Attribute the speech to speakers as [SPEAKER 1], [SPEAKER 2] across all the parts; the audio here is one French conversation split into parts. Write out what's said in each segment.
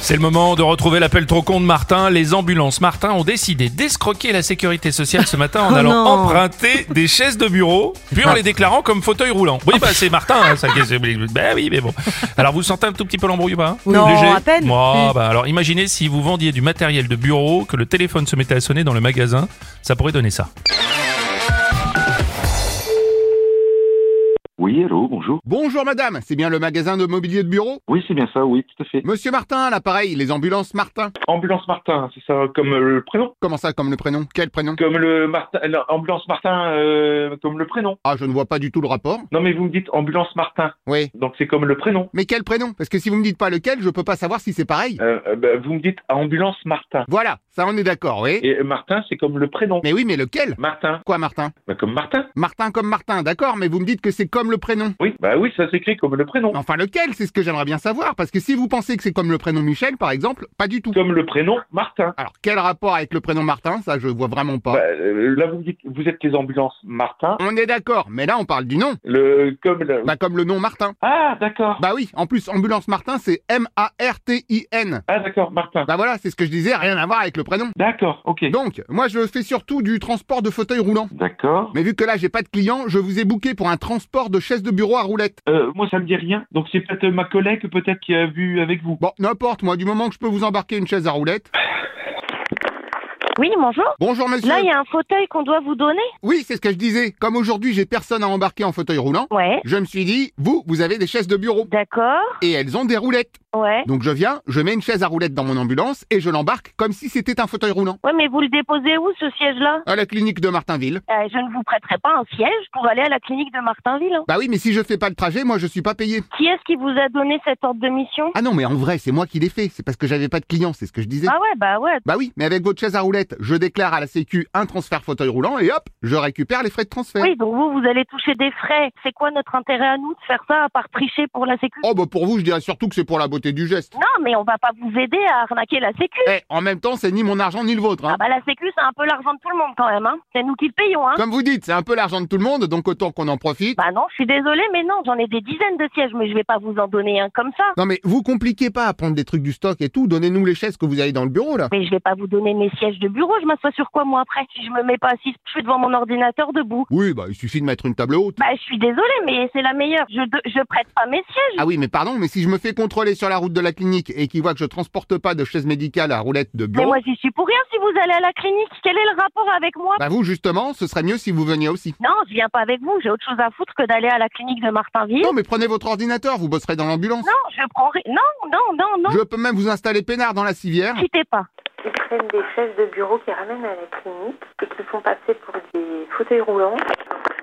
[SPEAKER 1] C'est le moment de retrouver l'appel trop con de Martin. Les ambulances Martin ont décidé d'escroquer la sécurité sociale ce matin en
[SPEAKER 2] Oh
[SPEAKER 1] allant emprunter des chaises de bureau, puis en les déclarant comme fauteuils roulants.
[SPEAKER 2] Ah.
[SPEAKER 1] Oui, bah c'est Martin, hein, ça. qu'est-ce que- Ben oui, mais bon. Alors vous sentez un tout petit peu l'embrouille ou pas hein
[SPEAKER 2] Non, à peine.
[SPEAKER 1] Moi, bah alors imaginez si vous vendiez du matériel de bureau, que le téléphone se mettait à sonner dans le magasin, ça pourrait donner ça.
[SPEAKER 3] Oui, allô, bonjour.
[SPEAKER 4] Bonjour madame, c'est bien le magasin de mobilier de bureau
[SPEAKER 3] Oui, c'est bien ça, oui, tout à fait.
[SPEAKER 4] Monsieur Martin, à l'appareil, les ambulances Martin.
[SPEAKER 3] Ambulance Martin, c'est ça, comme euh, le prénom
[SPEAKER 4] Comment ça, comme le prénom Quel prénom
[SPEAKER 3] Comme le Martin, euh, non, Ambulance Martin, euh, comme le prénom.
[SPEAKER 4] Ah, je ne vois pas du tout le rapport.
[SPEAKER 3] Non, mais vous me dites Ambulance Martin,
[SPEAKER 4] Oui.
[SPEAKER 3] donc c'est comme le prénom.
[SPEAKER 4] Mais quel prénom Parce que si vous me dites pas lequel, je peux pas savoir si c'est pareil.
[SPEAKER 3] Euh, euh, bah, vous me dites Ambulance Martin.
[SPEAKER 4] Voilà, ça on est d'accord, oui.
[SPEAKER 3] Et euh, Martin, c'est comme le prénom.
[SPEAKER 4] Mais oui, mais lequel
[SPEAKER 3] Martin,
[SPEAKER 4] Quoi Martin
[SPEAKER 3] bah, comme Martin.
[SPEAKER 4] Martin comme Martin, d'accord, mais vous me dites que c'est comme le prénom.
[SPEAKER 3] Oui, bah oui, ça s'écrit comme le prénom.
[SPEAKER 4] Enfin lequel, c'est ce que j'aimerais bien savoir, parce que si vous pensez que c'est comme le prénom Michel, par exemple, pas du tout.
[SPEAKER 3] Comme le prénom Martin.
[SPEAKER 4] Alors quel rapport avec le prénom Martin, ça je vois vraiment pas.
[SPEAKER 3] Bah, euh, là, vous me dites, vous êtes les ambulances Martin.
[SPEAKER 4] On est d'accord, mais là on parle du nom.
[SPEAKER 3] Le, comme le...
[SPEAKER 4] Bah comme le nom Martin.
[SPEAKER 3] Ah, d'accord.
[SPEAKER 4] Bah oui, en plus ambulance Martin c'est M-A-R-T-I-N.
[SPEAKER 3] Ah, d'accord, Martin.
[SPEAKER 4] Bah voilà, c'est ce que je disais, rien à voir avec le prénom.
[SPEAKER 3] D'accord, ok.
[SPEAKER 4] Donc, moi je fais surtout du transport de fauteuil roulant.
[SPEAKER 3] D'accord.
[SPEAKER 4] Mais vu que là j'ai pas de clients, je vous ai booké pour un transport de chaise de bureau à roulette.
[SPEAKER 3] Euh, moi, ça me dit rien. Donc, c'est peut-être euh, ma collègue, peut-être, qui a vu avec vous.
[SPEAKER 4] Bon, n'importe, moi du moment que je peux vous embarquer une chaise à roulette.
[SPEAKER 5] Oui, bonjour.
[SPEAKER 4] Bonjour monsieur.
[SPEAKER 5] Là, il y a un fauteuil qu'on doit vous donner.
[SPEAKER 4] Oui, c'est ce que je disais. Comme aujourd'hui, j'ai personne à embarquer en fauteuil roulant,
[SPEAKER 5] Ouais.
[SPEAKER 4] je me suis dit, vous, vous avez des chaises de bureau.
[SPEAKER 5] D'accord.
[SPEAKER 4] Et elles ont des roulettes.
[SPEAKER 5] Ouais.
[SPEAKER 4] Donc je viens, je mets une chaise à roulettes dans mon ambulance et je l'embarque comme si c'était un fauteuil roulant.
[SPEAKER 5] Ouais, mais vous le déposez où, ce siège-là
[SPEAKER 4] À la clinique de Martinville.
[SPEAKER 5] Euh, Je ne vous prêterai pas un siège pour aller à la clinique de Martinville. hein.
[SPEAKER 4] Bah oui, mais si je fais pas le trajet, moi je suis pas payé.
[SPEAKER 5] Qui est-ce qui vous a donné cet ordre de mission
[SPEAKER 4] Ah non, mais en vrai, c'est moi qui l'ai fait. C'est parce que j'avais pas de clients, c'est ce que je disais.
[SPEAKER 5] Ah ouais, bah ouais.
[SPEAKER 4] Bah oui, mais avec votre chaise à roulettes, je déclare à la Sécu un transfert fauteuil roulant et hop, je récupère les frais de transfert.
[SPEAKER 5] Oui, donc vous, vous allez toucher des frais. C'est quoi notre intérêt à nous de faire ça à part tricher pour la sécu
[SPEAKER 4] Oh bah pour vous, je dirais surtout que c'est pour la beauté du geste.
[SPEAKER 5] Non, mais on va pas vous aider à arnaquer la sécu.
[SPEAKER 4] Eh, en même temps, c'est ni mon argent ni le vôtre. Hein.
[SPEAKER 5] Ah bah la sécu, c'est un peu l'argent de tout le monde quand même. Hein. C'est nous qui le payons. Hein.
[SPEAKER 4] Comme vous dites, c'est un peu l'argent de tout le monde, donc autant qu'on en profite.
[SPEAKER 5] Bah non, je suis désolée, mais non, j'en ai des dizaines de sièges, mais je vais pas vous en donner un comme ça.
[SPEAKER 4] Non mais vous compliquez pas à prendre des trucs du stock et tout, donnez-nous les chaises que vous avez dans le bureau là.
[SPEAKER 5] Mais je vais pas vous donner mes sièges de bureau, je m'assois sur quoi moi après Si je me mets pas assise, je suis devant mon ordinateur debout.
[SPEAKER 4] Oui, bah il suffit de mettre une table haute.
[SPEAKER 5] Bah je suis désolée, mais c'est la meilleure. Je, de- je prête pas mes sièges.
[SPEAKER 4] Ah oui, mais pardon, mais si je me fais contrôler sur la route de la clinique et qu'ils voient que je transporte pas de chaise médicale à roulette de
[SPEAKER 5] Mais
[SPEAKER 4] bureau,
[SPEAKER 5] moi j'y suis pour rien si vous allez à la clinique. Quel est le rapport avec moi
[SPEAKER 4] bah vous justement, ce serait mieux si vous veniez aussi.
[SPEAKER 5] Non, je viens pas avec vous, j'ai autre chose à foutre que d'aller à la clinique de Martinville.
[SPEAKER 4] Non mais prenez votre ordinateur, vous bosserez dans l'ambulance.
[SPEAKER 5] Non, je prends ri- Non, non, non, non.
[SPEAKER 4] Je peux même vous installer peinard dans la civière.
[SPEAKER 5] Quittez pas.
[SPEAKER 6] Ils prennent des chaises de bureau qui ramènent à la clinique et qui font passer pour des fauteuils roulants.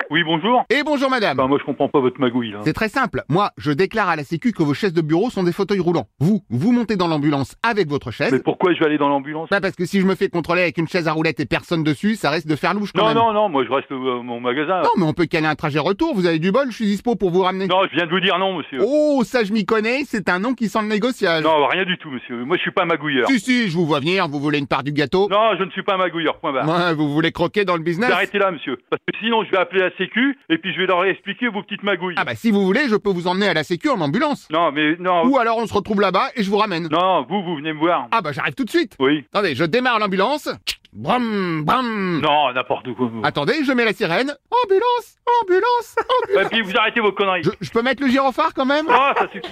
[SPEAKER 3] Oui, bonjour.
[SPEAKER 4] Et bonjour madame.
[SPEAKER 3] Bah, moi, je comprends pas votre magouille, là.
[SPEAKER 4] C'est très simple. Moi, je déclare à la Sécu que vos chaises de bureau sont des fauteuils roulants. Vous, vous montez dans l'ambulance avec votre chaise.
[SPEAKER 3] Mais pourquoi je vais aller dans l'ambulance
[SPEAKER 4] Bah parce que si je me fais contrôler avec une chaise à roulette et personne dessus, ça reste de faire louche quand
[SPEAKER 3] Non,
[SPEAKER 4] même.
[SPEAKER 3] non, non, moi, je reste euh, mon magasin.
[SPEAKER 4] Non, mais on peut caler un trajet retour, vous avez du bol, je suis dispo pour vous ramener.
[SPEAKER 3] Non, je viens de vous dire non, monsieur.
[SPEAKER 4] Oh, ça je m'y connais, c'est un nom qui sent le négociage.
[SPEAKER 3] Non, rien du tout, monsieur. Moi, je suis pas magouilleur.
[SPEAKER 4] Si, si, je vous vois venir, vous voulez une part du gâteau
[SPEAKER 3] Non, ben. je ne suis pas magouilleur, point barre.
[SPEAKER 4] Ouais, Vous voulez croquer dans le
[SPEAKER 3] Vous
[SPEAKER 4] business
[SPEAKER 3] Arrêtez là, monsieur. Parce que sinon, je vais appeler la Sécu et puis je vais leur expliquer vos petites magouilles.
[SPEAKER 4] Ah bah si vous voulez, je peux vous emmener à la sécu en ambulance.
[SPEAKER 3] Non, mais non.
[SPEAKER 4] Ou alors on se retrouve là-bas et je vous ramène.
[SPEAKER 3] Non, vous, vous venez me voir.
[SPEAKER 4] Ah bah j'arrive tout de suite.
[SPEAKER 3] Oui.
[SPEAKER 4] Attendez, je démarre l'ambulance. Bram, bram.
[SPEAKER 3] Non, n'importe quoi. vous.
[SPEAKER 4] Attendez, je mets la sirène. Ambulance, ambulance, ambulance.
[SPEAKER 3] Et puis, vous arrêtez vos conneries.
[SPEAKER 4] Je, je peux mettre le gyrophare quand même
[SPEAKER 3] Oh, ça suffit.